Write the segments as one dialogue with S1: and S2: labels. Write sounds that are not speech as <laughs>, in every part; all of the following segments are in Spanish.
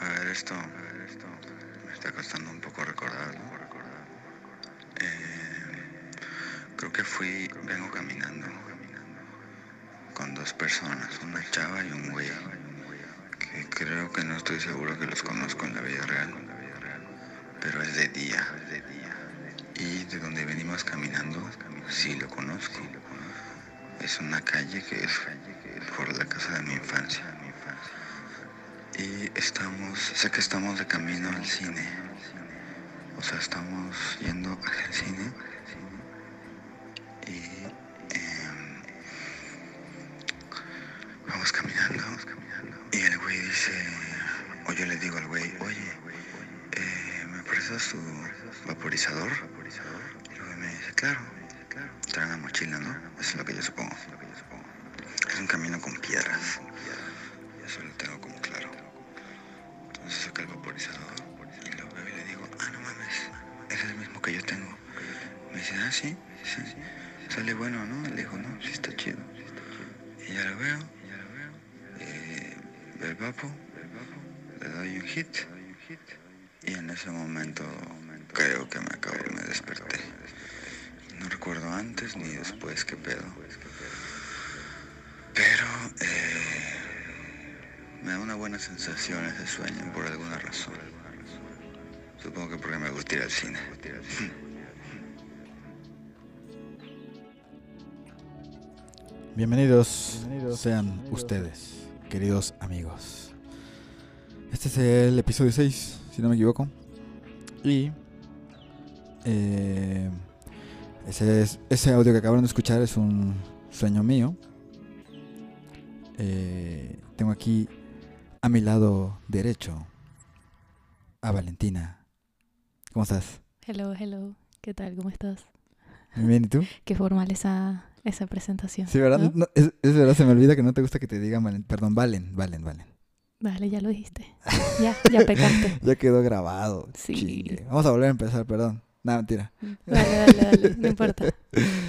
S1: A ver esto, a ver esto. Me está costando un poco recordar. Eh, creo que fui, vengo caminando con dos personas, una chava y un güey, que creo que no estoy seguro que los conozco en la vida real, pero es de día. Y de donde venimos caminando, sí lo conozco. Es una calle que es por la casa de mi infancia. Y estamos, sé que estamos de camino al cine. O sea, estamos yendo al cine. Y em, vamos caminando, vamos caminando. Y el güey dice, o yo le digo al güey, oye, eh, ¿me prestas tu vaporizador? Y el güey me dice, claro. Trae una mochila, ¿no? Es lo que yo supongo. Es un camino con piedras. Eso lo tengo como claro. Entonces saca el vaporizador y lo veo y le digo, ah, no mames, es el mismo que yo tengo. Me dice, ah, sí, sí, sale bueno, ¿no? Le digo, no, sí está chido. Y ya lo veo, eh, el vapo, le doy un hit y en ese momento creo que me acabo, me desperté. No recuerdo antes ni después qué pedo. Pero eh, me da una buena sensación ese sueño por alguna razón. Supongo que porque me gusta ir al cine.
S2: Bienvenidos, sean ustedes, queridos amigos. Este es el episodio 6, si no me equivoco. Y eh, ese, es- ese audio que acabaron de escuchar es un sueño mío. Eh, tengo aquí a mi lado derecho a Valentina. ¿Cómo estás?
S3: Hello, hello. ¿Qué tal? ¿Cómo estás?
S2: Muy bien, ¿y tú?
S3: Qué formal esa, esa presentación.
S2: Sí, ¿verdad?
S3: ¿no?
S2: No, es, es verdad, se me olvida que no te gusta que te digan Valen. Perdón, Valen, Valen, Valen.
S3: Dale, ya lo dijiste. <laughs> Ya, ya pecaste.
S2: <laughs> Ya quedó grabado.
S3: Sí.
S2: Chingue. Vamos a volver a empezar, perdón. Nada, mentira.
S3: Mm. Dale, dale, dale. <laughs> No
S2: <laughs>
S3: importa.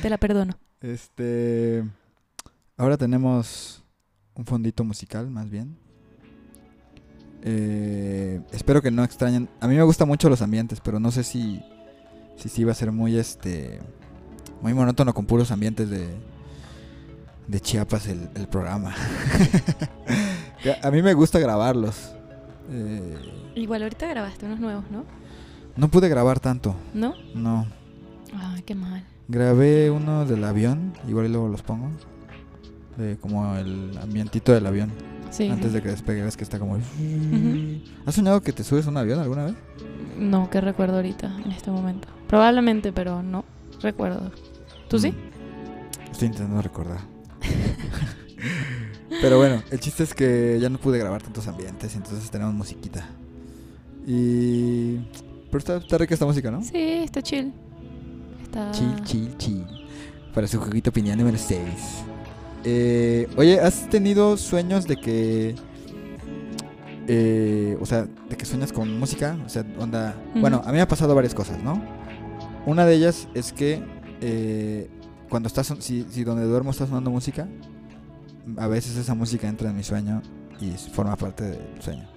S3: Te la perdono.
S2: Este. Ahora tenemos un fondito musical, más bien. Eh, espero que no extrañen. A mí me gustan mucho los ambientes, pero no sé si. Si sí va a ser muy este. Muy monótono con puros ambientes de. De Chiapas el, el programa. <laughs> Que a mí me gusta grabarlos. Eh,
S3: Igual ahorita grabaste unos nuevos, ¿no?
S2: no pude grabar tanto,
S3: ¿No?
S2: no.
S3: Ay, qué mal.
S2: Grabé uno del avión, igual y luego los pongo. De como el ambientito del avión.
S3: Sí.
S2: Antes de que despegue, ves que está como.
S3: Ujú.
S2: ¿Has soñado que te subes a un avión alguna vez?
S3: No, que recuerdo ahorita, en este momento. Probablemente, pero no recuerdo. ¿Tú sí?
S2: Mm. Estoy intentando recordar. <laughs> Pero bueno, el chiste es que ya no pude grabar tantos ambientes, entonces tenemos musiquita. Y. Pero está, está rica esta música, ¿no?
S3: Sí, está chill. Está...
S2: Chill, chill, chill. Para su juguito piña número 6. oye, ¿has tenido sueños de que... eh, o sea, de que sueñas con música? O sea, onda...
S3: Ujú.
S2: Bueno, a mí me ha pasado varias cosas, ¿no? Una de ellas es que eh, cuando estás... son- Si, si donde duermo está sonando música, a veces esa música entra en mi sueño y forma parte del sueño.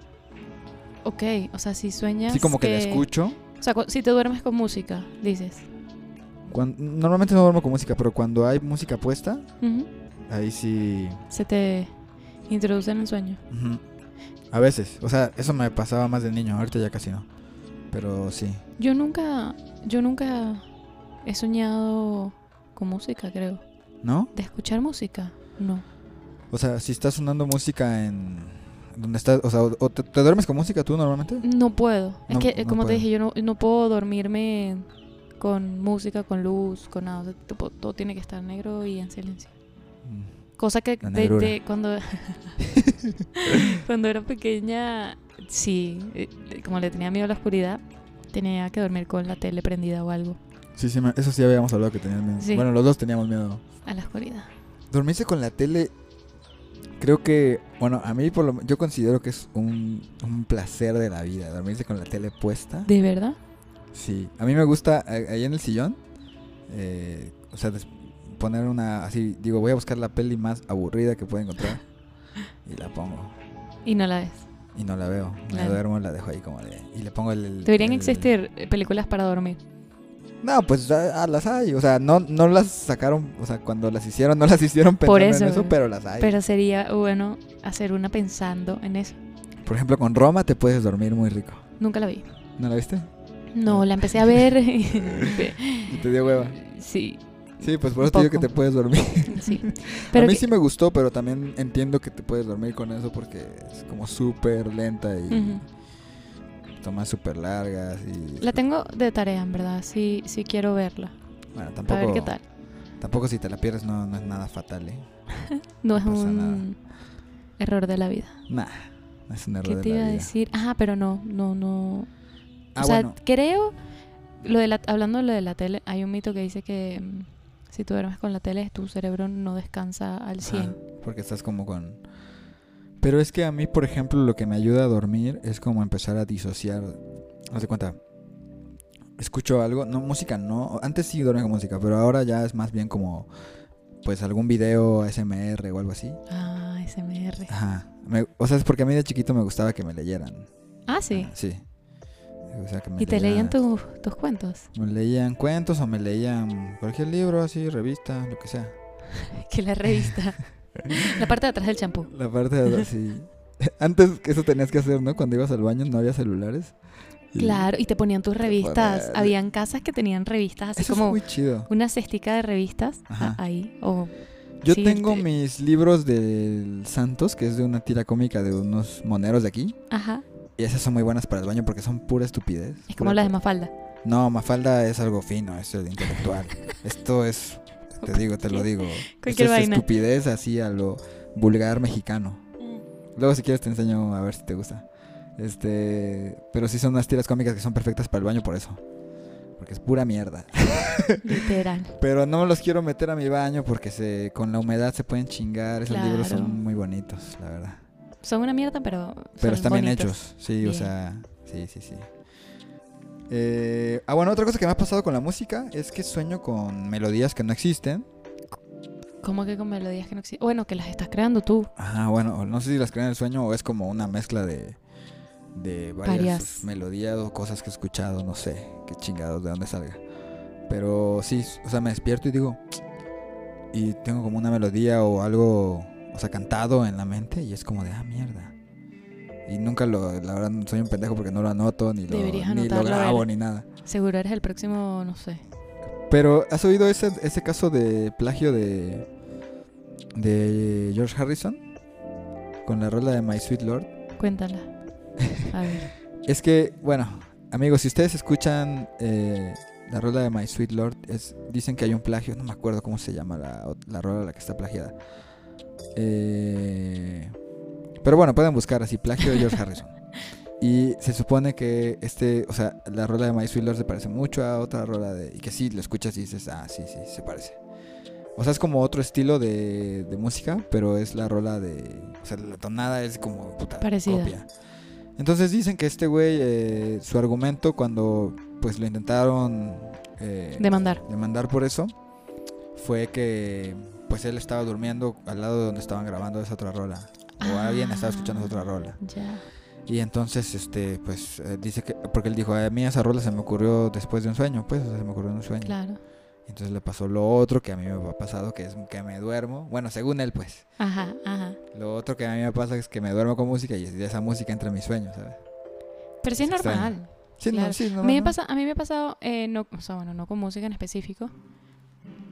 S3: Ok, o sea, si sueñas
S2: Así como que, la escucho.
S3: O sea, cu- si te duermes con música, dices.
S2: Cuan- normalmente no duermo con música, pero cuando hay música puesta,
S3: Ujú.
S2: ahí sí...
S3: Se te introduce en el sueño.
S2: Ujú. A veces, o sea, eso me pasaba más de niño, ahorita ya casi no. Pero sí.
S3: Yo nunca... Yo nunca he soñado con música, creo.
S2: ¿No?
S3: ¿De escuchar música? No.
S2: O sea, si está sonando música en donde donde estás, o sea, o- o te, te duermes con música tú normalmente?
S3: No puedo. es
S2: No-
S3: que, eh,
S2: no
S3: como te
S2: puede.
S3: dije, yo no, no puedo dormirme con música, con luz, con nada. O sea, tipo, todo tiene que estar negro y en silencio.
S2: Mm.
S3: Cosa que
S2: La
S3: de-
S2: negrura.
S3: de cuando,
S2: <laughs>
S3: <laughs> cuando era pequeña, sí, eh, eh, como le tenía miedo a la oscuridad, tenía que dormir con la tele prendida o algo
S2: Sí, sí, me- eso sí habíamos hablado que tenías miedo.
S3: Sí.
S2: Bueno, los dos teníamos miedo.
S3: a la oscuridad.
S2: Dormirse con la tele, creo que, bueno, a mí por lo yo considero que es un, un placer de la vida, dormirse con la tele puesta.
S3: ¿De verdad?
S2: Sí, a mí me gusta a- ahí en el sillón, eh, o sea, des- poner una, así, digo, voy a buscar la peli más aburrida que pueda encontrar y la pongo.
S3: Y no la ves.
S2: Y no la veo, me
S3: Claro.
S2: duermo, la dejo ahí como de... Y le pongo el... el-
S3: Deberían
S2: el-
S3: existir eh, películas para dormir.
S2: No, pues ah, ah, las hay, o sea, no, no las sacaron, o sea, cuando las hicieron, no las hicieron pensando
S3: Por eso,
S2: en eso,
S3: güey.
S2: pero las hay.
S3: Pero sería bueno hacer una pensando en eso.
S2: Por ejemplo, con Roma te puedes dormir muy rico.
S3: Nunca la vi.
S2: ¿No la viste?
S3: No,
S2: <laughs>
S3: la empecé a ver. <laughs>
S2: Y te dio hueva.
S3: sí,
S2: Sí, pues por
S3: Un
S2: eso te digo que
S3: poco.
S2: te puedes dormir. <laughs>
S3: sí. Pero
S2: a mí
S3: que-
S2: sí me gustó, pero también entiendo que te puedes dormir con eso porque es como súper lenta y
S3: Ujú.
S2: tomas súper largas y...
S3: La tengo de tarea, en verdad. Sí, sí quiero verla.
S2: Bueno,
S3: A
S2: tampoco,
S3: ver qué tal.
S2: tampoco si te la pierdes no, no es nada fatal, ¿eh?
S3: No es
S2: pasa nada.
S3: un error de la vida.
S2: Nah, no es un error
S3: ¿Qué
S2: de
S3: te
S2: la
S3: iba a
S2: vida.
S3: decir? Ah, pero no, no, no.
S2: Ah,
S3: o sea,
S2: bueno.
S3: creo, lo de la, hablando de lo de la tele, hay un mito que dice que mm, si tú duermes con la tele, tu cerebro no descansa al 100.
S2: Ajá, porque estás como con... Pero es que a mí, por ejemplo, lo que me ayuda a dormir es como empezar a disociar. Haz de cuenta. Escucho algo, no música, no. Antes sí dormía con música, pero ahora ya es más bien como pues algún video ASMR o algo así.
S3: Ah, SMR.
S2: Ajá. Me- o sea, es porque a mí de chiquito me gustaba que me leyeran.
S3: Ah, sí.
S2: Ajá, sí. O sea, que me
S3: Y te
S2: leyeran-
S3: leían tus, tus cuentos. <laughs>
S2: Me leían cuentos o me leían cualquier libro así, revista, lo que sea.
S3: Que
S2: <laughs>
S3: la revista. la parte de atrás del champú.
S2: La parte de atrás, sí. <laughs> Antes que eso tenías que hacer, ¿no? Cuando ibas al baño no había celulares. Y
S3: Claro, y te ponían tus revistas.
S2: ponían-
S3: Habían casas que tenían revistas, así
S2: Eso
S3: como
S2: es muy chido.
S3: una cestica de revistas a-
S2: Ajá.
S3: ahí. O
S2: Yo
S3: sí,
S2: tengo
S3: este-
S2: mis libros del Santos, que es de una tira cómica de unos moneros de aquí.
S3: ajá.
S2: Y esas son muy buenas para el baño porque son pura estupidez.
S3: Es como
S2: pura-
S3: las de Mafalda.
S2: <laughs> No, Mafalda es algo fino, es el
S3: <laughs>
S2: intelectual. Esto es, te digo, te lo digo. Esto
S3: Cualquier
S2: es
S3: vaina.
S2: estupidez así a lo vulgar mexicano. Luego si quieres te enseño a ver si te gusta. Este, pero sí son unas tiras cómicas que son perfectas para el baño por eso. Porque es pura mierda. <laughs>
S3: Literal.
S2: Pero no los quiero meter a mi baño porque se con la humedad se pueden chingar. Esos libros
S3: Claro.
S2: son muy bonitos, la verdad.
S3: Son una mierda, pero.
S2: Pero
S3: son
S2: están bien
S3: bonitos.
S2: hechos. Sí, o
S3: Bien.
S2: sea, sí, sí, sí. Eh, ah, bueno, otra cosa que me ha pasado con la música es que sueño con melodías que no existen.
S3: ¿Cómo que con melodías que no existen? Bueno, que las estás creando tú.
S2: Ajá, bueno, no sé si las crean en el sueño o es como una mezcla de, de varias,
S3: Varias.
S2: melodías o cosas que he escuchado, no sé, qué chingados, de dónde salga. Pero sí, o sea, me despierto y digo, y tengo como una melodía o algo, o sea, cantado en la mente y es como de, ah, mierda. Y nunca lo, la verdad, soy un pendejo porque no lo anoto, ni lo,
S3: Deberías
S2: ni lo
S3: anotarlo, a
S2: grabo,
S3: ver.
S2: ni nada.
S3: Seguro eres el próximo, no sé.
S2: Pero, ¿has oído ese, ese caso de plagio de, de George Harrison? Con la rola de My Sweet Lord.
S3: Cuéntala. A ver.
S2: Es que, bueno, amigos, si ustedes escuchan eh, la rola de My Sweet Lord, es, dicen que hay un plagio, no me acuerdo cómo se llama la, ot- la rola la que está plagiada. Eh, pero bueno, pueden buscar así, plagio de George Harrison. Y se supone que este, o sea, la rola de My Sweet Lord se parece mucho a otra rola de... Y que sí, lo escuchas y dices, ah, sí, sí, se parece. O sea, es como otro estilo de, de música, pero es la rola de... O sea, la tonada es como... Puta,
S3: Parecida.
S2: Copia. Entonces dicen que este güey, eh, su argumento cuando pues lo intentaron eh,
S3: Demandar.
S2: demandar por eso, fue que pues él estaba durmiendo al lado de donde estaban grabando esa otra rola. O
S3: Ah.
S2: alguien estaba escuchando esa otra rola.
S3: Ya.
S2: Y entonces, este, pues eh, dice que, porque él dijo, a mí esa rola se me ocurrió después de un sueño, pues, o sea, se me ocurrió en un sueño.
S3: Claro.
S2: Entonces le pasó lo otro que a mí me ha pasado, que es que me duermo. Bueno, según él, pues.
S3: Ajá, ajá.
S2: Lo otro que a mí me pasa es que me duermo con música y esa música entra en mis sueños, ¿sabes?
S3: Pero sí es
S2: Es extraño.
S3: normal.
S2: Sí,
S3: Claro.
S2: no, sí, no,
S3: A mí, me
S2: no.
S3: pasa, a mí me ha pasado, eh, no, o sea, bueno, no con música en específico,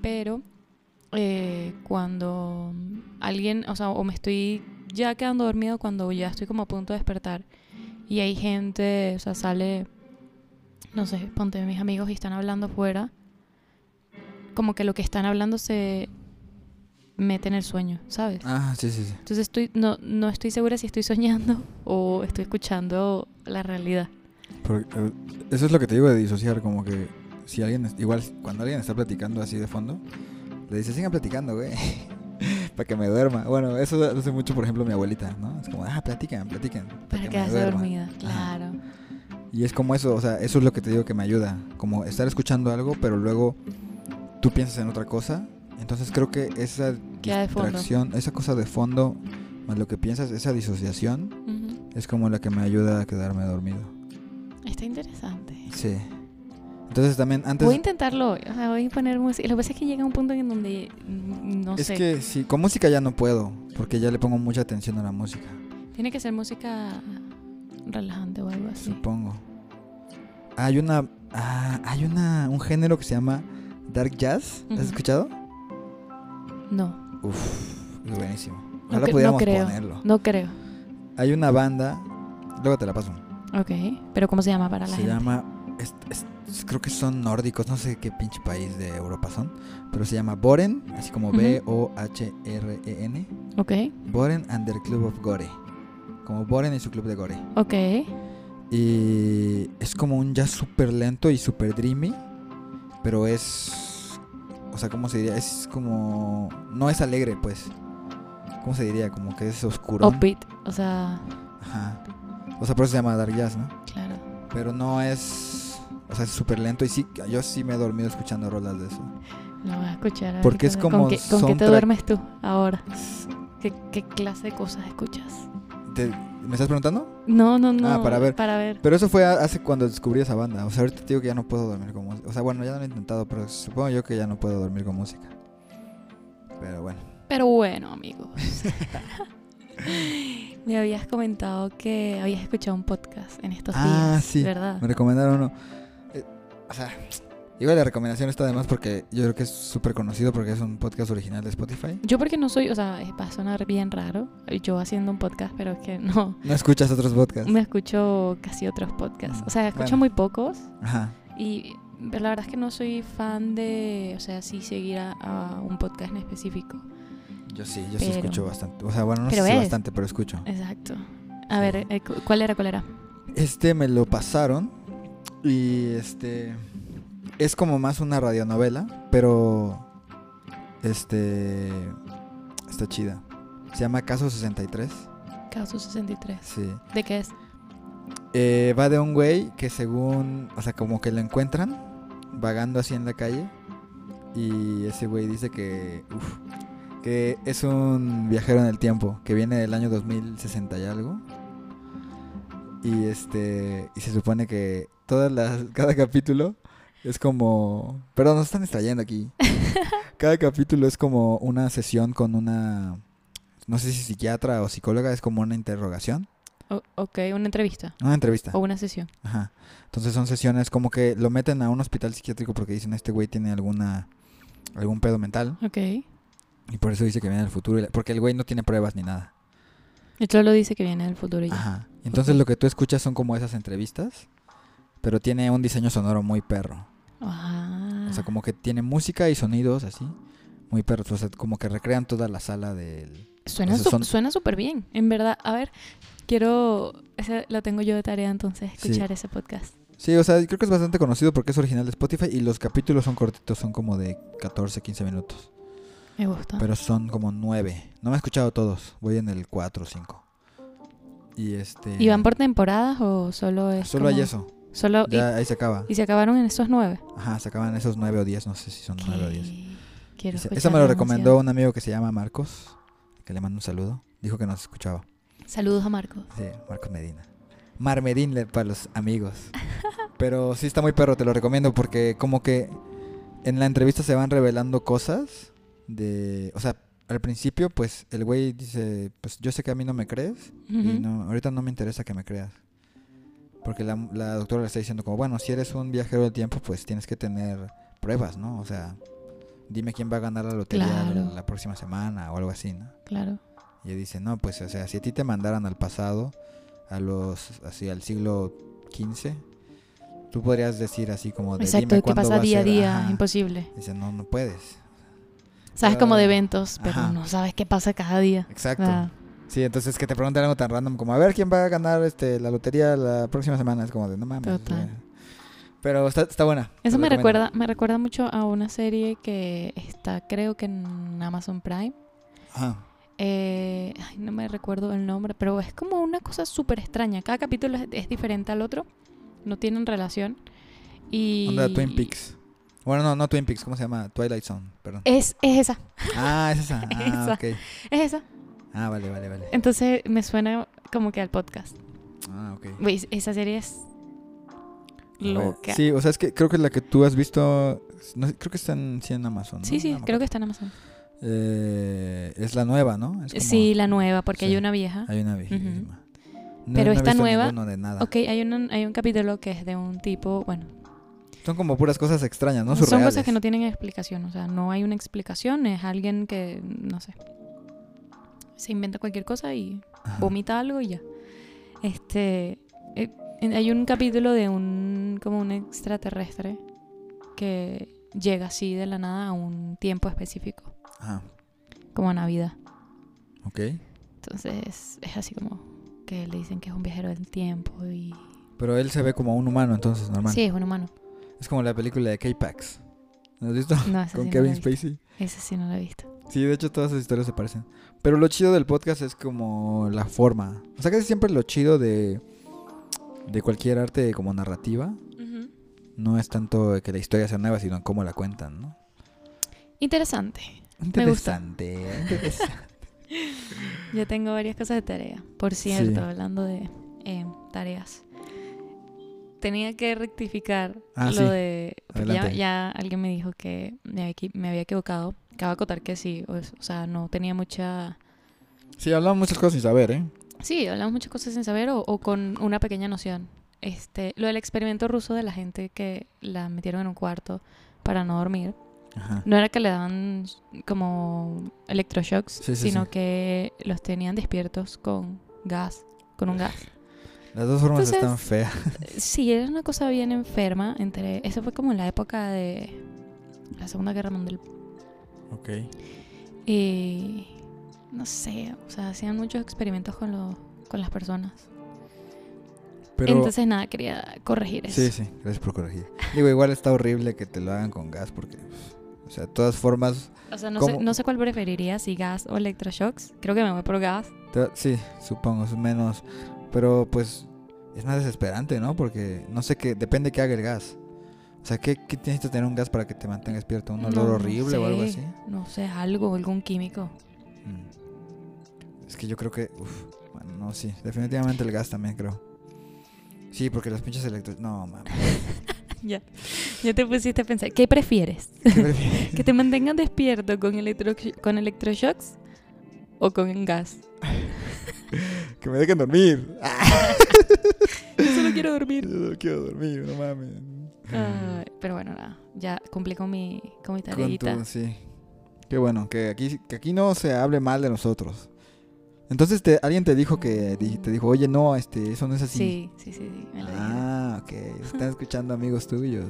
S3: pero eh, cuando alguien, o sea, o me estoy ya quedando dormido cuando ya estoy como a punto de despertar y hay gente, o sea, sale, no sé, ponte mis amigos y están hablando afuera, como que lo que están hablando se mete en el sueño, ¿sabes?
S2: Ah, sí, sí, sí.
S3: Entonces estoy, no, no estoy segura si estoy soñando <laughs> o estoy escuchando la realidad.
S2: Pero, eh, eso es lo que te digo de disociar, como que si alguien, igual cuando alguien está platicando así de fondo, le dices, sigan platicando, güey, <laughs> para que me duerma. Bueno, eso lo hace mucho, por ejemplo, mi abuelita, ¿no? Es como, ah, platican, platican.
S3: Para
S2: que me
S3: quedarse
S2: duerma". Ah.
S3: dormida,
S2: Ajá.
S3: claro.
S2: Y es como eso, o sea, eso es lo que te digo que me ayuda, como estar escuchando algo, pero luego tú piensas en otra cosa. Entonces creo que esa
S3: Queda de fondo.
S2: distracción, esa cosa de fondo, más lo que piensas, esa disociación,
S3: Ujú.
S2: es como la que me ayuda a quedarme dormido.
S3: Está interesante.
S2: Sí. Entonces también antes...
S3: voy a intentarlo hoy, o sea, voy a poner música. Lo que pasa es que llega un punto en donde mm, no
S2: es
S3: sé.
S2: que sí, con música ya no puedo, porque ya le pongo mucha atención a la música,
S3: Tiene que ser música relajante o algo así.
S2: supongo. Hay una... ah, hay una, un género que se llama dark jazz. ¿Has
S3: Ujú.
S2: escuchado?
S3: No,
S2: Uf, buenísimo. Ojalá
S3: cre- no
S2: pudiéramos
S3: creo.
S2: ponerlo.
S3: no creo.
S2: Hay una banda, luego te la paso.
S3: Ok, pero ¿cómo se llama para
S2: Se
S3: la gente?
S2: llama, es- es- creo que son nórdicos, no sé qué pinche país de Europa son, pero se llama Boren, así como
S3: Ujú.
S2: B-O-H-R-E-N.
S3: Ok,
S2: Boren and their Club of Gore. Como Boren y su club de Gore.
S3: ok.
S2: Y es como un jazz súper lento y súper dreamy, pero es, o sea, ¿cómo se diría? Es como, no es alegre, pues. ¿Cómo se diría? Como que es oscuro.
S3: Upbeat, o sea,
S2: Ajá. O sea, por eso se llama Dark Jazz, ¿no?
S3: claro.
S2: Pero no es. O sea, es súper lento. Y sí, yo sí me he dormido escuchando rolas de eso.
S3: Lo voy a escuchar. a ver
S2: Porque
S3: qué
S2: es
S3: tal.
S2: como
S3: ¿Con qué, con qué te
S2: soundtrack.
S3: duermes tú ahora? ¿Qué, qué clase de cosas escuchas?
S2: ¿Te- ¿Me estás preguntando?
S3: No, no, no.
S2: Ah, para ver.
S3: Para ver.
S2: Pero eso fue a- hace cuando descubrí esa banda. O sea, ahorita te digo que ya no puedo dormir con música. O sea, bueno, ya lo he intentado, pero supongo yo que ya no puedo dormir con música. Pero bueno.
S3: Pero bueno, <laughs> amigos. Me habías comentado que habías escuchado un podcast en estos
S2: Ah,
S3: días.
S2: sí.
S3: ¿Verdad?
S2: Me recomendaron uno. Eh, o sea, igual la recomendación está además porque yo creo que es súper conocido porque es un podcast original de Spotify.
S3: Yo porque no soy, o sea, eh, va a sonar bien raro yo haciendo un podcast, pero es que no,
S2: No escuchas otros podcasts.
S3: me escucho casi otros podcasts. O sea, escucho
S2: Bueno.
S3: muy pocos
S2: Ajá.
S3: y pero la verdad es que no soy fan de, o sea, sí seguir a, a un podcast en específico.
S2: Yo sí, yo sí
S3: Pero-
S2: escucho bastante. O sea, bueno, no
S3: Pero
S2: sé si
S3: es-
S2: bastante, pero escucho.
S3: Exacto. A
S2: Sí.
S3: ver, eh, cu- ¿cuál era, cuál era?
S2: Este me lo pasaron y este es como más una radionovela, pero este está chida. Se llama Caso 63.
S3: Caso 63.
S2: Sí.
S3: ¿De qué es?
S2: Eh, va de un güey que según, o sea, como que lo encuentran vagando así en la calle y ese güey dice que uf, que es un viajero en el tiempo, que viene del año 2060 y algo. Y este y se supone que todas las <laughs> cada capítulo es como, perdón, nos están distrayendo aquí. Cada capítulo es como una sesión con una no sé si psiquiatra o psicóloga, es como una interrogación,
S3: O- ok, una entrevista
S2: una entrevista.
S3: o una sesión.
S2: Ajá. Entonces son sesiones como que lo meten a un hospital psiquiátrico porque dicen este güey tiene alguna algún pedo mental
S3: Ok.
S2: y por eso dice que viene del futuro y la- porque el güey no tiene pruebas ni nada.
S3: Y solo dice que viene del futuro y ya.
S2: Ajá. Entonces lo que tú escuchas son como esas entrevistas, pero tiene un diseño sonoro muy perro.
S3: Ah.
S2: O sea, como que tiene música y sonidos así muy perros, o sea, como que recrean toda la sala del
S3: Suena
S2: O sea,
S3: su-
S2: son-
S3: suena súper bien, en verdad. A ver, quiero... Ese, lo tengo yo de tarea entonces,
S2: Sí.
S3: escuchar ese podcast.
S2: Sí, o sea, creo que es bastante conocido porque es original de Spotify y los capítulos son cortitos, son como de 14, 15 minutos.
S3: Me gusta.
S2: Pero son como nueve. No me he escuchado todos. Voy en el 4 o 5. Y este.
S3: ¿Y van por temporadas o solo es
S2: Solo
S3: como-
S2: hay eso.
S3: Solo... y-
S2: Ya ahí se acaba.
S3: Y, se acabaron en esos nueve.
S2: Ajá, se acaban esos nueve o 10. No sé si son nueve o 10.
S3: Ok, Quiero
S2: Ese- Esa
S3: escucharlo
S2: me lo
S3: demasiado.
S2: recomendó un amigo que se llama Marcos. Que le mando un saludo. Dijo que nos escuchaba.
S3: Saludos a Marcos.
S2: Sí, Marcos Medina. Mar Medina para los
S3: <laughs>
S2: amigos. Pero sí está muy perro, te lo recomiendo porque como que en la entrevista se van revelando cosas de, o sea, al principio pues el güey dice, pues yo sé que a mí no me crees y
S3: Ujú.
S2: no ahorita no me interesa que me creas. Porque la, la doctora le está diciendo como, bueno, si eres un viajero del tiempo, pues tienes que tener pruebas, ¿no? O sea, dime quién va a ganar la lotería
S3: Claro.
S2: la próxima semana o algo así, ¿no?
S3: Claro.
S2: Y dice, no, pues, o sea, si a ti te mandaran al pasado, a los, así, al siglo XV, tú podrías decir así como de,
S3: Exacto,
S2: dime
S3: que
S2: cuándo
S3: pasa
S2: va
S3: día a
S2: ser".
S3: día,
S2: Ajá.
S3: imposible.
S2: Dice, no, no puedes.
S3: Sabes como de eventos, pero
S2: Ajá.
S3: no sabes qué pasa cada día.
S2: Exacto.
S3: Ah,
S2: Sí, entonces que te pregunten algo tan random como, a ver, ¿quién va a ganar este, la lotería la próxima semana? Es como de, no mames. o
S3: Total.
S2: sea. Pero está, está buena. te
S3: Eso me
S2: recomiendo.
S3: recuerda, me recuerda mucho a una serie que está, creo que en Amazon Prime.
S2: Ajá.
S3: Eh, ay, no me recuerdo el nombre, pero es como una cosa súper extraña. Cada capítulo es, es diferente al otro, no tienen relación. Y
S2: Onda Twin Peaks. Bueno, no, no Twin Peaks, ¿cómo se llama? Twilight Zone, perdón.
S3: Es, es esa,
S2: Ah, es
S3: <laughs>
S2: esa. Ah,
S3: Eh. Esa. Em,
S2: ok.
S3: es esa.
S2: Ah, vale, vale, vale.
S3: Entonces me suena como que al podcast.
S2: Ah, ok.
S3: Güey, esa serie es loca. Sí,
S2: Sí, o sea, es que creo que la que tú has visto, no sé, creo que está en, sí, en Amazon.
S3: sí, creo que está en Amazon.
S2: que... Eh, es la nueva, ¿no? Es como-
S3: Eh, Sí, la nueva, porque
S2: sí.
S3: hay una vieja.
S2: Hay una viejísima. No,
S3: Pero
S2: no he
S3: esta
S2: visto
S3: nueva-
S2: ninguno de nada.
S3: Ok, hay un, hay un capítulo que es de un tipo, bueno,
S2: Son como puras cosas extrañas, ¿no?
S3: son
S2: Surreales.
S3: cosas que no tienen explicación, o sea, no hay una explicación, es alguien que, no sé, se inventa cualquier cosa y
S2: Ajá.
S3: vomita algo y ya. Este, eh, hay un capítulo de un, como un extraterrestre que llega así de la nada a un tiempo específico,
S2: Ajá,
S3: como a Navidad.
S2: ok.
S3: Entonces es así como que le dicen que es un viajero del tiempo y...
S2: Pero él se ve como un humano, entonces, normal.
S3: Sí, es un humano.
S2: Es como la película de K-Pax. ¿Lo has visto?
S3: No,
S2: Con
S3: esa sí no la
S2: Kevin
S3: he visto.
S2: Spacey.
S3: Esa sí no la he visto.
S2: Sí, de hecho todas esas historias se parecen. Pero lo chido del podcast es como la forma. O sea, casi siempre lo chido de, de cualquier arte como narrativa no es tanto que la historia sea nueva, sino en cómo la cuentan, ¿no?
S3: Interesante. Me gusta.
S2: Interesante. interesante.
S3: Yo tengo varias cosas de tarea. Por cierto, hablando de eh, tareas. Tenía que rectificar
S2: Ah,
S3: lo
S2: sí.
S3: de... porque Ya,
S2: Adelante.
S3: ya alguien me dijo que me había, equi- me había equivocado. Acabo de acotar que sí. O, o sea, no tenía mucha...
S2: sí, hablamos muchas cosas sin saber, ¿eh?
S3: Sí, hablamos muchas cosas sin saber o, o con una pequeña noción. Este, lo del experimento ruso de la gente que la metieron en un cuarto para no dormir.
S2: Ajá.
S3: No era que le daban como electroshocks,
S2: Sí, sí,
S3: sino
S2: sí.
S3: que los tenían despiertos con gas,
S2: <laughs>
S3: con un gas.
S2: Las dos formas
S3: Entonces-
S2: están feas.
S3: sí, era una cosa bien enferma. Entre, eso fue como en la época de la Segunda Guerra Mundial.
S2: Ok.
S3: Y no sé, o sea, hacían muchos experimentos con, los con las personas.
S2: Pero...
S3: Entonces nada, quería corregir eso.
S2: Sí, sí, gracias por corregir. Digo, igual está horrible que te lo hagan con gas porque... pues, O sea, de todas formas...
S3: O sea, no sé,
S2: ¿Cómo?
S3: no sé cuál preferiría, si gas o electroshocks. Creo que me voy por gas.
S2: Te va- Sí, supongo, es menos. Pero pues es más desesperante, ¿no? Porque no sé qué, depende qué haga el gas. O sea, ¿qué, qué tienes que tener un gas para que te mantenga despierto? ¿Un olor
S3: No, no
S2: horrible o algo
S3: sé,
S2: así?
S3: No sé, algo, algún químico.
S2: Mm. Es que yo creo que. Uf, bueno, no, sí. Definitivamente el gas también, creo. Sí, porque los pinches electros. No, mames.
S3: Ya. Ya te pusiste a pensar, ¿qué prefieres?
S2: ¿Qué prefieres?
S3: ¿Que te mantengan despierto con, electro con electroshocks o con gas?
S2: <laughs> que me dejen dormir.
S3: <laughs> Yo solo
S2: <laughs>
S3: quiero dormir.
S2: Yo no quiero dormir, no mames.
S3: Ay, pero bueno, nada, ya cumplí con mi, con mi
S2: Ah. Con tu-
S3: tareita.
S2: sí. Qué bueno, que aquí, que aquí no se hable mal de nosotros. Entonces te- alguien te dijo que di- te dijo, oye, no, este, eso no es así.
S3: Sí, sí, sí, sí, me la dieron.
S2: ah, ok. Están escuchando amigos tuyos.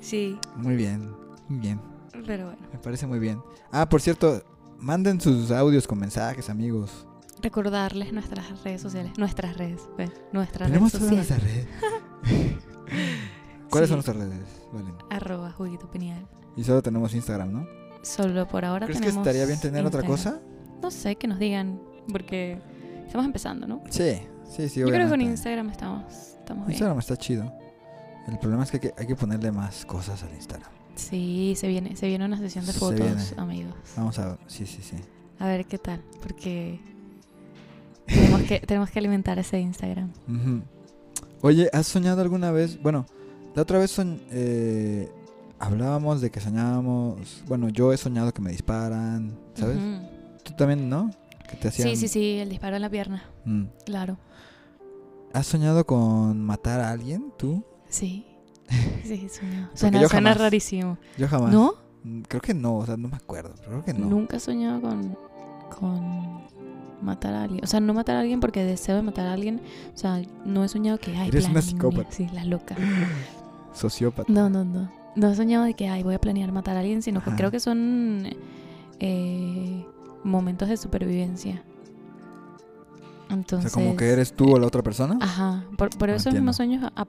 S3: Sí,
S2: Muy bien, muy bien.
S3: pero bueno.
S2: Me parece muy bien. Ah, por cierto, manden sus audios con mensajes, amigos.
S3: Recordarles nuestras redes sociales. Nuestras redes, pues, nuestras redes
S2: Tenemos todas
S3: sociales.
S2: nuestras redes.
S3: <laughs>
S2: ¿Cuáles son
S3: Sí.
S2: nuestras redes? Valen?
S3: Arroba Juguito Pineal.
S2: Y solo tenemos Instagram, ¿no?
S3: Solo por ahora
S2: ¿Crees que
S3: tenemos
S2: estaría bien tener otra
S3: Instagram.
S2: cosa?
S3: No sé, que nos digan, porque estamos empezando, ¿no?
S2: Sí, sí, sí.
S3: Yo creo que con
S2: obviamente.
S3: Instagram estamos, estamos bien.
S2: Instagram está chido. El problema es que hay que, hay que ponerle más cosas al Instagram.
S3: Sí, se viene, se viene una sesión de
S2: Se
S3: fotos,
S2: viene.
S3: amigos.
S2: Vamos a Sí, sí, sí.
S3: A ver qué tal, porque tenemos que, tenemos que alimentar ese Instagram.
S2: <laughs> Ujú. Oye, ¿has soñado alguna vez? Bueno, la otra vez soñ- eh, hablábamos de que soñábamos. Bueno, yo he soñado que me disparan, ¿sabes?
S3: Ujú.
S2: Tú también, ¿no? Que te hacían.
S3: Sí, sí, sí, el disparo en la pierna,
S2: Mm.
S3: claro.
S2: ¿Has soñado con matar a alguien, tú? <laughs>
S3: Sí. Sí, sueño. Suena,
S2: yo
S3: suena
S2: jamás.
S3: rarísimo.
S2: Yo jamás.
S3: ¿No?
S2: Mm, Creo que no, o sea, no me acuerdo. pero Creo que no.
S3: Nunca he soñado con, con matar a alguien. O sea, no matar a alguien porque deseo de matar a alguien. O sea, no he soñado que, ay,
S2: Eres una
S3: planeo-
S2: psicópata.
S3: Sí, la loca.
S2: Sociópata.
S3: No, no, no. No he soñado de que, ay, voy a planear matar a alguien, sino que
S2: Ajá.
S3: creo que son eh, momentos de supervivencia.
S2: o sea,
S3: Entonces... eh,
S2: como que eres tú o la otra persona.
S3: Ajá, por, por
S2: Ah,
S3: esos
S2: entiendo.
S3: mismos sueños a- a-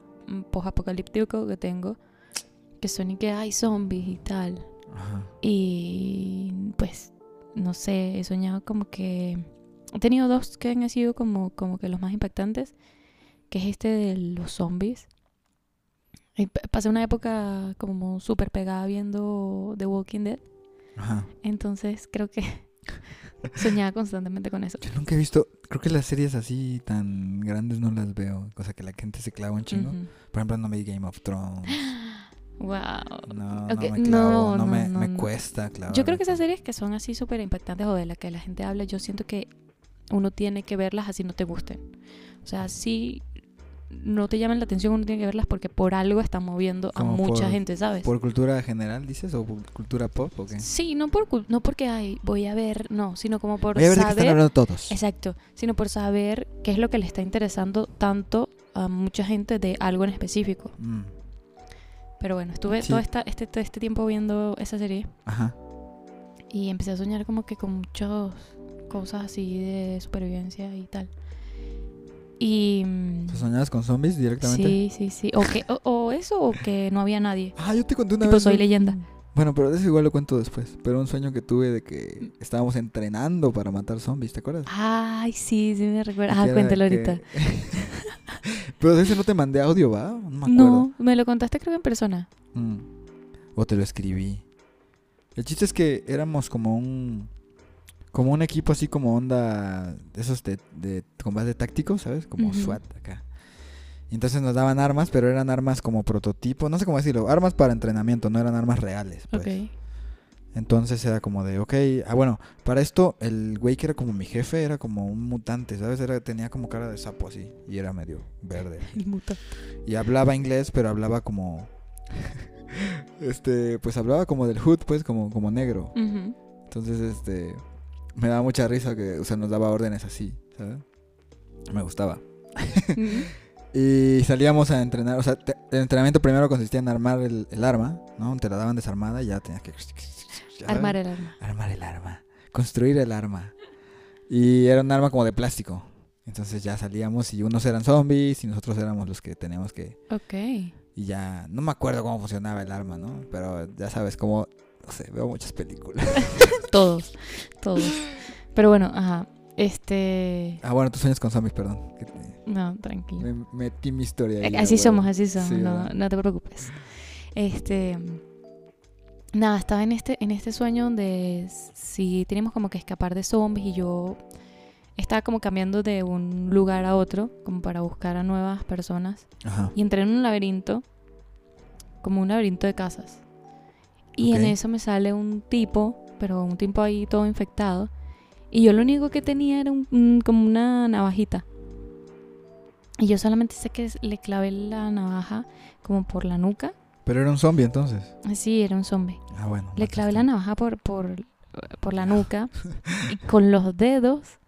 S3: posapocalípticos que tengo, que son y que hay zombies y tal.
S2: Ajá.
S3: Y pues, no sé, he soñado como que... He tenido dos que han sido como, como que los más impactantes, que es este de los zombies. Y pa- pasé una época como súper pegada viendo The Walking Dead,
S2: Ajá.
S3: entonces creo que <laughs> soñaba constantemente con eso.
S2: Yo nunca he visto, creo que las series así tan grandes no las veo. O sea, que la gente se clava un chingo. Por ejemplo, no me vi Game of
S3: <laughs>
S2: Thrones.
S3: Wow.
S2: No,
S3: Ok,
S2: no me clavo,
S3: no,
S2: no,
S3: no,
S2: me,
S3: no,
S2: me
S3: no.
S2: cuesta clavar.
S3: Yo creo que esas series que son así súper impactantes o de las que la gente habla, yo siento que uno tiene que verlas así no te gusten. O sea, si no te llaman la atención, uno tiene que verlas porque por algo están moviendo a
S2: Como
S3: mucha
S2: por-
S3: gente, ¿sabes?
S2: ¿Por cultura general dices o por cultura pop o qué?
S3: Sí, no, por, cul- no porque ay, voy a ver, no, sino como por
S2: Voy a ver de qué están
S3: saber.
S2: hablando todos.
S3: Exacto, sino por saber qué es lo que le está interesando tanto a mucha gente de algo en específico.
S2: Mm,
S3: Pero bueno, estuve
S2: Sí.
S3: todo esta- este, todo este tiempo viendo esa serie.
S2: ajá.
S3: Y empecé a soñar como que con muchas cosas así de supervivencia y tal. Y... mm,
S2: ¿Tú soñabas con zombies directamente?
S3: Sí, sí, sí. O, que, o, o eso o que no había nadie.
S2: Ah, yo te conté una
S3: Tipo,
S2: vez.
S3: soy
S2: un-
S3: leyenda.
S2: Bueno, pero de eso igual lo cuento después. Pero un sueño que tuve de que estábamos entrenando para matar zombies, ¿te acuerdas?
S3: Ay, sí, sí me recuerda.
S2: Que
S3: Ah,
S2: era
S3: cuéntelo
S2: que-
S3: Ah, ahorita.
S2: <laughs> pero de ese no te mandé audio, ¿va? No me acuerdo.
S3: No, me lo contaste creo que en persona.
S2: Mm. O te lo escribí. El chiste es que éramos como un. Como un equipo así como onda. de Esos de, de combate táctico, ¿sabes? Como
S3: Ujú.
S2: SWAT acá. Y entonces nos daban armas, pero eran armas como prototipo. No sé cómo decirlo. Armas para entrenamiento, no eran armas reales. Pues.
S3: ok.
S2: Entonces era como de, ok, ah, bueno, para esto el güey que era como mi jefe era como un mutante, ¿sabes? Era, tenía como cara de sapo así y era medio verde.
S3: El muto.
S2: Y hablaba inglés, pero hablaba como... <laughs> este, pues hablaba como del hood, pues como, como negro. <laughs>
S3: Ujú.
S2: Entonces, este, me daba mucha risa que, o sea, nos daba órdenes así, ¿sabes? Me gustaba.
S3: Mm.
S2: Y salíamos a entrenar, o sea, te- el entrenamiento primero consistía en armar el, el arma, ¿no? Te la daban desarmada y ya tenías que... ya sabes.
S3: <laughs> Armar el arma.
S2: Armar el arma. Construir el arma. Y era un arma como de plástico. Entonces ya salíamos y unos eran zombies y nosotros éramos los que teníamos que...
S3: Ok.
S2: Y ya... No me acuerdo cómo funcionaba el arma, ¿no? Pero ya sabes cómo... No sé, veo muchas películas. <laughs>
S3: Todos, todos. Pero bueno, ajá. Este...
S2: ah, bueno, tú sueñas con zombies, perdón. Que te-
S3: No, tranquilo.
S2: Me metí mi historia. ahí,
S3: Eh,
S2: a
S3: Así
S2: huevo.
S3: somos, así somos,
S2: Sí,
S3: no,
S2: ¿verdad?
S3: no te preocupes. Este nada, estaba en este, en este sueño donde s- sí teníamos como que escapar de zombies y yo estaba como cambiando de un lugar a otro, como para buscar a nuevas personas.
S2: Ajá.
S3: Y entré en un laberinto, como un laberinto de casas. Y en
S2: Ok.
S3: eso me sale un tipo, pero un tipo ahí todo infectado. Y yo lo único que tenía era un- un- como una navajita. Y yo solamente sé que es- le clavé la navaja como por la nuca.
S2: Pero era un zombie entonces.
S3: Sí, era un zombie.
S2: Ah, bueno.
S3: Le
S2: mataste.
S3: clavé la navaja por, por, por la nuca. y con los dedos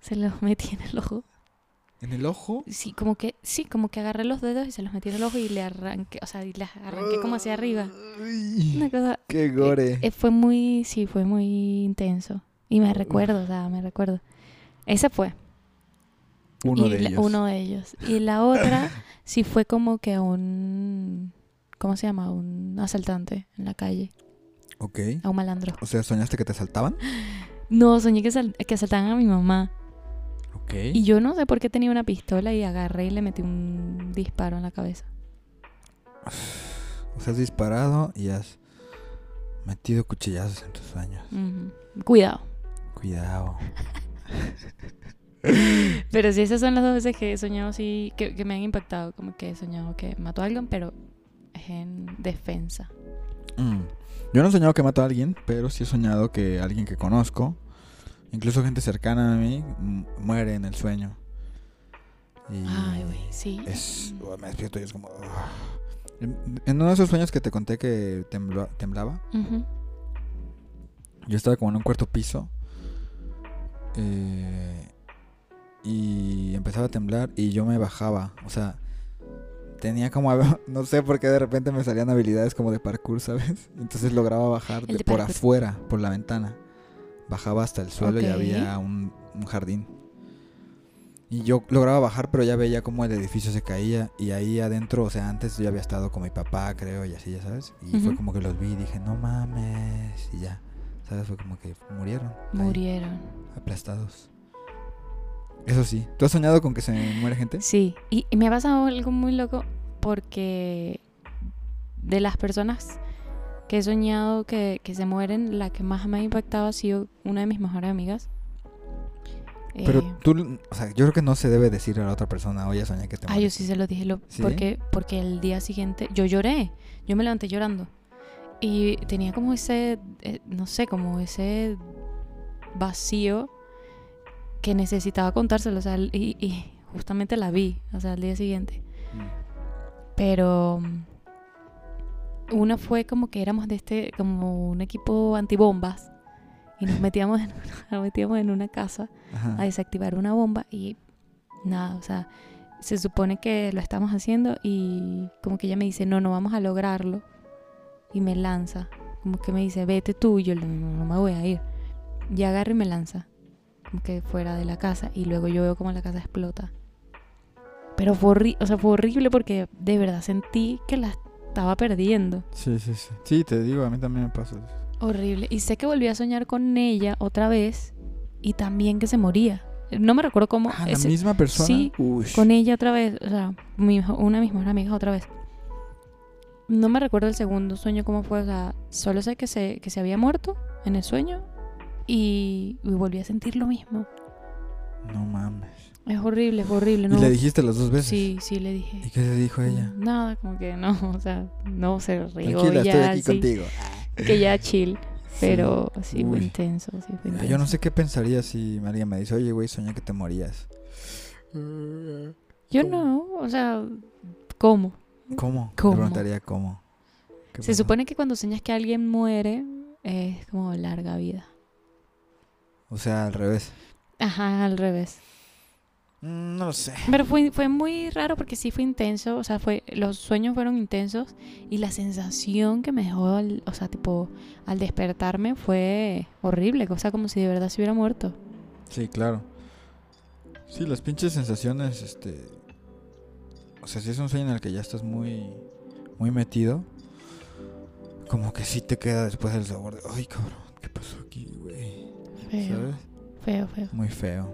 S3: se los metí en el ojo.
S2: <laughs> ¿En el ojo?
S3: Sí, como que, sí, como que agarré los dedos y se los metí en el ojo y le arranqué, o sea, y las arranqué como hacia arriba.
S2: Ay,
S3: Una cosa
S2: ¡Qué gore!
S3: Eh, fue muy, sí, fue muy intenso. Y me recuerdo, o sea, me recuerdo. Esa fue.
S2: uno
S3: y
S2: de
S3: la-
S2: ellos.
S3: Uno de ellos. Y
S2: <laughs>
S3: la otra sí fue como que un, ¿cómo se llama? Un asaltante en la calle,
S2: Ok.
S3: a un malandro.
S2: O sea, ¿soñaste que te asaltaban?
S3: No, soñé que, sal- que asaltaban a mi mamá.
S2: Ok.
S3: Y yo no sé por qué tenía una pistola y agarré y le metí un disparo en la cabeza.
S2: O sea, has disparado y has metido cuchillazos en tus sueños.
S3: Ujú. Cuidado.
S2: Cuidado.
S3: Pero sí, esas son las dos veces que he soñado así, que, que me han impactado. Como que he soñado que mató a alguien, pero es en defensa.
S2: Mm. Yo no he soñado que mato a alguien, pero sí he soñado que alguien que conozco, incluso gente cercana a mí, m- muere en el sueño. Y
S3: Ay, güey, sí.
S2: es, oh, me despierto y es como... ah. En en uno de esos sueños que te conté que tembla- temblaba,
S3: Ujú.
S2: yo estaba como en un cuarto piso. eh, y empezaba a temblar y yo me bajaba. O sea, tenía como, <laughs> no sé por qué de repente me salían habilidades como de parkour, ¿sabes? <laughs> Entonces lograba bajar
S3: El de
S2: de por
S3: parkour.
S2: afuera, por la ventana. Bajaba hasta el suelo y
S3: Ok.
S2: había un, un jardín. Y yo lograba bajar, pero ya veía como el edificio se caía. Y ahí adentro, o sea, antes yo había estado con mi papá, creo, y así, ya sabes. Y fue
S3: Ujú.
S2: como que los vi y dije, no mames. Y ya, ¿sabes? Fue como que murieron. ahí,
S3: Murieron.
S2: aplastados. Eso sí. ¿Tú has soñado con que se muere gente?
S3: Sí, y, y me ha pasado algo muy loco porque de las personas que he soñado que, que se mueren, la que más me ha impactado ha sido una de mis mejores amigas.
S2: Pero
S3: Eh,
S2: tú, o sea, yo creo que no se debe decir a la otra persona, oye, soñé que te
S3: Ah, yo sí se lo dije, lo,
S2: ¿Sí?
S3: porque, porque el día siguiente yo lloré, yo me levanté llorando. Y tenía como ese, eh, no sé, como ese vacío que necesitaba contárselo, o sea, el- y, y justamente la vi, o sea, al día siguiente.
S2: Mm.
S3: Pero mm, una fue como que éramos de este, como un equipo antibombas, y nos metíamos en <laughs> una- nos metíamos en una casa
S2: Ajá.
S3: a desactivar una bomba y nada, o sea, se supone que lo estamos haciendo y como que ella me dice, no, no vamos a lograrlo y me lanza, como que me dice, vete tú y yo, no, no, no me voy a ir. Y agarra y me lanza, como que fuera de la casa y luego yo veo como la casa explota. Pero fue, horri- o sea, fue horrible porque de verdad sentí que la estaba perdiendo.
S2: Sí, sí, sí. Sí, te digo, a mí también me pasa. eso.
S3: Horrible. Y sé que volví a soñar con ella otra vez y también que se moría. No me recuerdo cómo...
S2: Ah, la
S3: ese-
S2: misma persona.
S3: sí,
S2: Ush.
S3: con e ella otra vez, o sea, mi, una de mis mejores amigas otra vez. No me recuerdo el segundo sueño cómo fue, o sea, solo sé que se, que se había muerto en el sueño y, y volví a sentir lo mismo.
S2: No mames.
S3: Es horrible, es horrible, ¿no?
S2: ¿Y le dijiste las dos veces?
S3: sí, Mm, sí, le
S2: ¿Y
S3: dije.
S2: qué te dijo ella?
S3: Nada, como que no, <laughs> o sea, no se rió
S2: Tranquila,
S3: ya,
S2: estoy aquí
S3: sí,
S2: contigo.
S3: que ya chill, pero sí, fue
S2: Uy.
S3: intenso, sí, fue
S2: Ah,
S3: intenso.
S2: Yo no sé qué pensaría si María me dice, oye, güey, soñé que te morías.
S3: Yo
S2: ¿Cómo?
S3: no, o sea, ¿cómo?
S2: ¿Cómo?
S3: ¿Cómo?
S2: Te preguntaría cómo. ¿Qué
S3: Se
S2: pasó?
S3: supone que cuando señas que alguien muere es como larga vida.
S2: O sea, al revés.
S3: Ajá, al revés.
S2: Mm, No lo sé.
S3: Pero fue, fue muy raro porque sí fue intenso, o sea, fue, los sueños fueron intensos y la sensación que me dejó, al- o sea, tipo, al despertarme fue horrible, o sea, como si de verdad se hubiera muerto.
S2: Sí, claro. Sí, las pinches sensaciones, este... O sea, si es un sueño en el que ya estás muy... Muy metido. Como que sí te queda después el sabor de... Ay, cabrón, ¿qué pasó aquí, güey?
S3: Feo,
S2: ¿Sabes?
S3: feo, feo.
S2: Muy feo.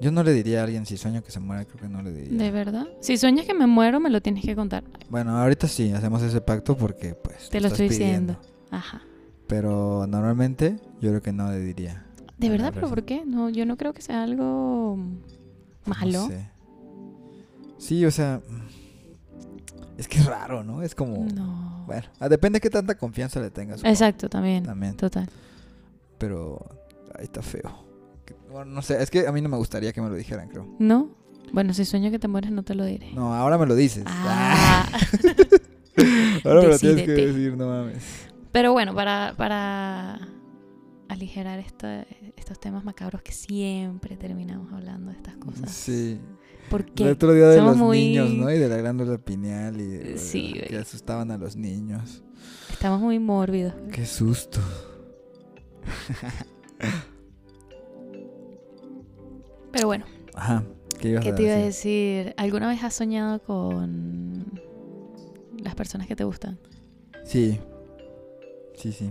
S2: Yo no le diría a alguien si sueño que se muera, creo que no le diría.
S3: ¿De verdad? Si sueñas que me muero, me lo tienes que contar.
S2: Bueno, ahorita sí, hacemos ese pacto porque pues...
S3: Te lo
S2: estás
S3: estoy diciendo.
S2: pidiendo.
S3: Ajá.
S2: Pero normalmente yo creo que no le diría.
S3: ¿De
S2: Ah,
S3: verdad?
S2: la
S3: ¿Pero
S2: verdad.
S3: por qué? No, yo no creo que sea algo
S2: No
S3: malo.
S2: sé. Sí, o sea... mm, Es que es raro, ¿no? Es como...
S3: No.
S2: Bueno, ah, depende de qué tanta confianza le tengas. supongo,
S3: Exacto, también.
S2: También.
S3: Total.
S2: Pero ahí está feo. Que- Bueno, no sé, es que a mí no me gustaría que me lo dijeran, creo.
S3: ¿No? Bueno, si sueño que te mueres, no te lo diré.
S2: No, ahora me lo dices.
S3: Ah. <laughs>
S2: ahora me lo tienes que
S3: decídete.
S2: decir, no mames.
S3: Pero bueno, para, para aligerar esta- estos temas macabros que siempre terminamos hablando de estas cosas.
S2: Sí. El
S3: Porque
S2: otro día de
S3: somos
S2: los
S3: muy-
S2: niños, ¿no? Y de la glándula pineal y de-
S3: Sí,
S2: que
S3: güey.
S2: asustaban a los niños.
S3: estamos muy mórbidos.
S2: Qué susto.
S3: Pero bueno,
S2: Ajá. ¿Qué, ibas
S3: ¿qué
S2: a
S3: te iba a
S2: decir?
S3: decir? ¿Alguna vez has soñado con las personas que te gustan?
S2: Sí. Sí, sí.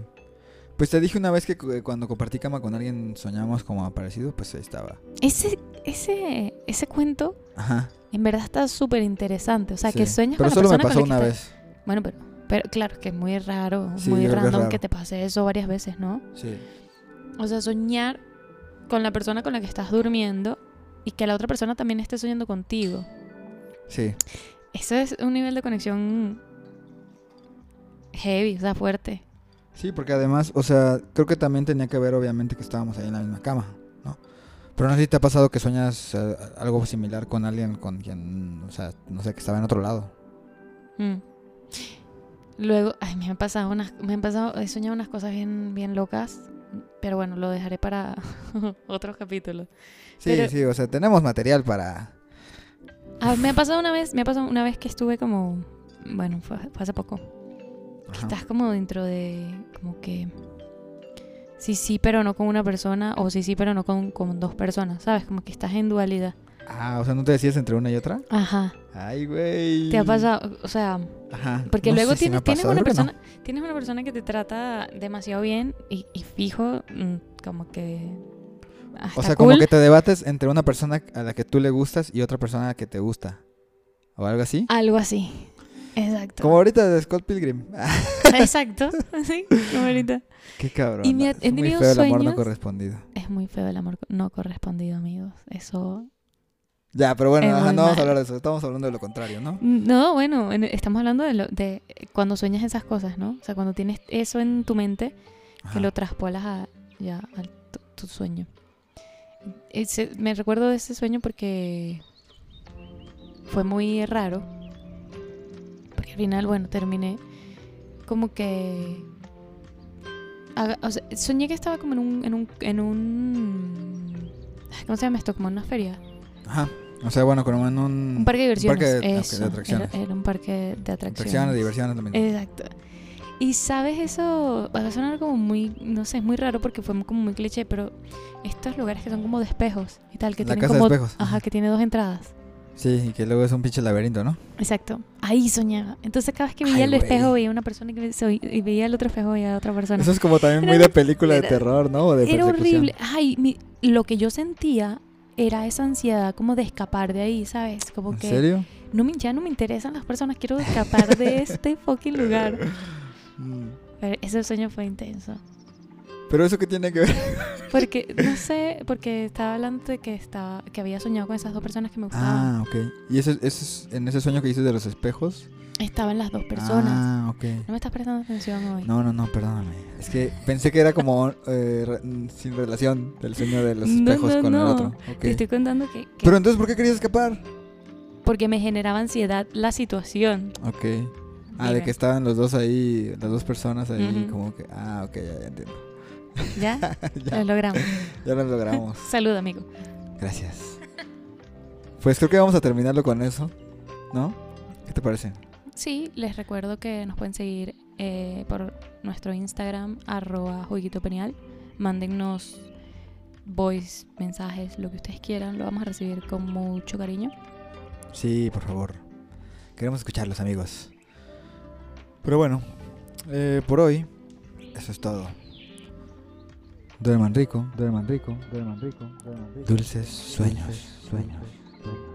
S2: Pues te dije una vez que cu- cuando compartí cama con alguien soñamos como parecido, pues ahí estaba.
S3: Ese, ese, ese cuento
S2: Ajá.
S3: en verdad está súper interesante. O sea, que
S2: sí.
S3: sueñas
S2: Pero
S3: con
S2: solo
S3: la
S2: me
S3: persona
S2: pasó
S3: con la
S2: una
S3: que
S2: vez.
S3: estás- Bueno, pero, pero claro, que es muy raro,
S2: Sí,
S3: muy
S2: yo creo que es
S3: random
S2: raro.
S3: que te pase eso varias veces, ¿no?
S2: Sí.
S3: O sea, soñar con la persona con la que estás durmiendo y que la otra persona también esté soñando contigo.
S2: Sí.
S3: Eso es un nivel de conexión heavy, o sea, fuerte.
S2: Sí, porque además, o sea, creo que también tenía que ver obviamente que estábamos ahí en la misma cama, ¿no? Pero no sé si te ha pasado que sueñas eh, algo similar con alguien con quien, o sea, no sé, que estaba en otro lado.
S3: Mm. Luego, ay, me han pasado unas, me han pasado, he soñado unas cosas bien, bien locas. Pero bueno, lo dejaré para <laughs> otros capítulos.
S2: Sí,
S3: Pero-
S2: sí, o sea, tenemos material para...
S3: Ah, me ha pasado una vez, me ha pasado una vez que estuve como, bueno, fue, fue hace poco.
S2: Ajá.
S3: Estás como dentro de, como que, sí, sí, pero no con una persona, o sí, sí, pero no con, con dos personas, ¿sabes? Como que estás en dualidad.
S2: Ah, o sea, ¿no te decías entre una y otra?
S3: Ajá.
S2: Ay, güey.
S3: Te ha pasado, o sea,
S2: Ajá.
S3: porque
S2: No
S3: luego
S2: sé si me ha
S3: tienes, tienes
S2: pasado,
S3: una
S2: creo que no.
S3: persona, tienes una persona que te trata demasiado bien y, y fijo, mm, como que...
S2: O
S3: hasta
S2: sea, como
S3: cool.
S2: que te debates entre una persona a la que tú le gustas y otra persona a la que te gusta. O algo así.
S3: Algo así. Exacto.
S2: Como ahorita de Scott Pilgrim. <laughs> Ah,
S3: <laughs> Exacto. <laughs> Sí, como ahorita.
S2: Qué cabrón.
S3: Y me ha-
S2: Es
S3: he
S2: muy
S3: tenido
S2: feo el amor no
S3: sueños.
S2: correspondido.
S3: Es muy feo el amor no correspondido, amigos. Eso.
S2: Ya, pero bueno,
S3: Es
S2: ajá,
S3: muy
S2: no vamos a
S3: mal.
S2: hablar de eso. Estamos hablando de lo contrario, ¿no?
S3: No, bueno, en- estamos hablando de, lo- de cuando sueñas esas cosas, ¿no? O sea, cuando tienes eso en tu mente
S2: Ajá.
S3: que lo traspolas a, ya, a tu, tu sueño. Ese- me recuerdo de ese sueño porque fue muy raro. Porque al final, bueno, terminé como que... haga- o sea, soñé que estaba como en un... En un, en un ay, ¿Cómo se llama esto? Como en una feria.
S2: Ajá. O sea, bueno, como en Mm. un...
S3: Un parque de diversiones.
S2: parque de- ok, de
S3: Eso, era-
S2: atracciones.
S3: Era, un parque de atracciones. Eh,
S2: Atracciones, diversiones, lo mismo.
S3: Exacto. Y sabes eso, va a sonar como muy, no sé, es muy raro porque fue como muy cliché, pero estos lugares que son como de espejos y tal, que
S2: La
S3: tienen
S2: casa de
S3: como,
S2: espejos.
S3: ajá, que tiene dos entradas.
S2: Sí, y que luego es un pinche laberinto, ¿no?
S3: Exacto. Ahí soñaba. Entonces cada vez que veía
S2: Ay,
S3: el
S2: güey.
S3: espejo veía una persona que se- y veía el otro espejo veía a otra persona.
S2: Eso es como también
S3: Era <laughs>
S2: muy de
S3: una-
S2: película de
S3: era-
S2: terror, ¿no? O de
S3: era
S2: persecución.
S3: horrible. Ay, mi- lo que yo sentía era esa ansiedad como de escapar de ahí, ¿sabes? Como
S2: ¿En
S3: que <laughs>
S2: serio?
S3: no me, ya no me interesan las personas, quiero
S2: <laughs>
S3: escapar de este fucking lugar.
S2: Mm.
S3: Pero ese sueño fue intenso.
S2: Pero eso que tiene que ver.
S3: Porque, no sé, porque estaba hablando de que estaba, que había soñado con esas dos personas que me gustaban.
S2: Ah, ok. Y eso, eso es en ese sueño que dices de los espejos.
S3: Estaban las dos personas.
S2: Ah, ok.
S3: No me estás prestando atención hoy.
S2: No, no, no, perdóname. Es que pensé que era como eh, re- sin relación del sueño de los
S3: No,
S2: espejos
S3: no,
S2: con el
S3: no.
S2: otro. Ok.
S3: Te estoy contando que, que-
S2: Pero entonces, ¿por qué querías escapar?
S3: porque me generaba ansiedad la situación.
S2: Ok. Ah, de
S3: Mira,
S2: que estaban los dos ahí, las dos personas ahí,
S3: Ujú.
S2: como que. Ah, ok, ya, ya entiendo. <laughs>
S3: ya lo
S2: ya,
S3: logramos.
S2: <laughs> ya lo logramos.
S3: Salud, amigo.
S2: Gracias. Pues creo que vamos a terminarlo con eso, ¿no? ¿Qué te parece?
S3: Sí, les recuerdo que nos pueden seguir eh, por nuestro Instagram, arroba jueguito penial. Mándennos voice, mensajes, lo que ustedes quieran. Lo vamos a recibir con mucho cariño.
S2: Sí, por favor. Queremos escucharlos, amigos. Pero bueno, eh, por hoy, eso es todo. Duerman rico, duerman rico, duerman rico, duerman rico. Dulces sueños.
S4: sueños.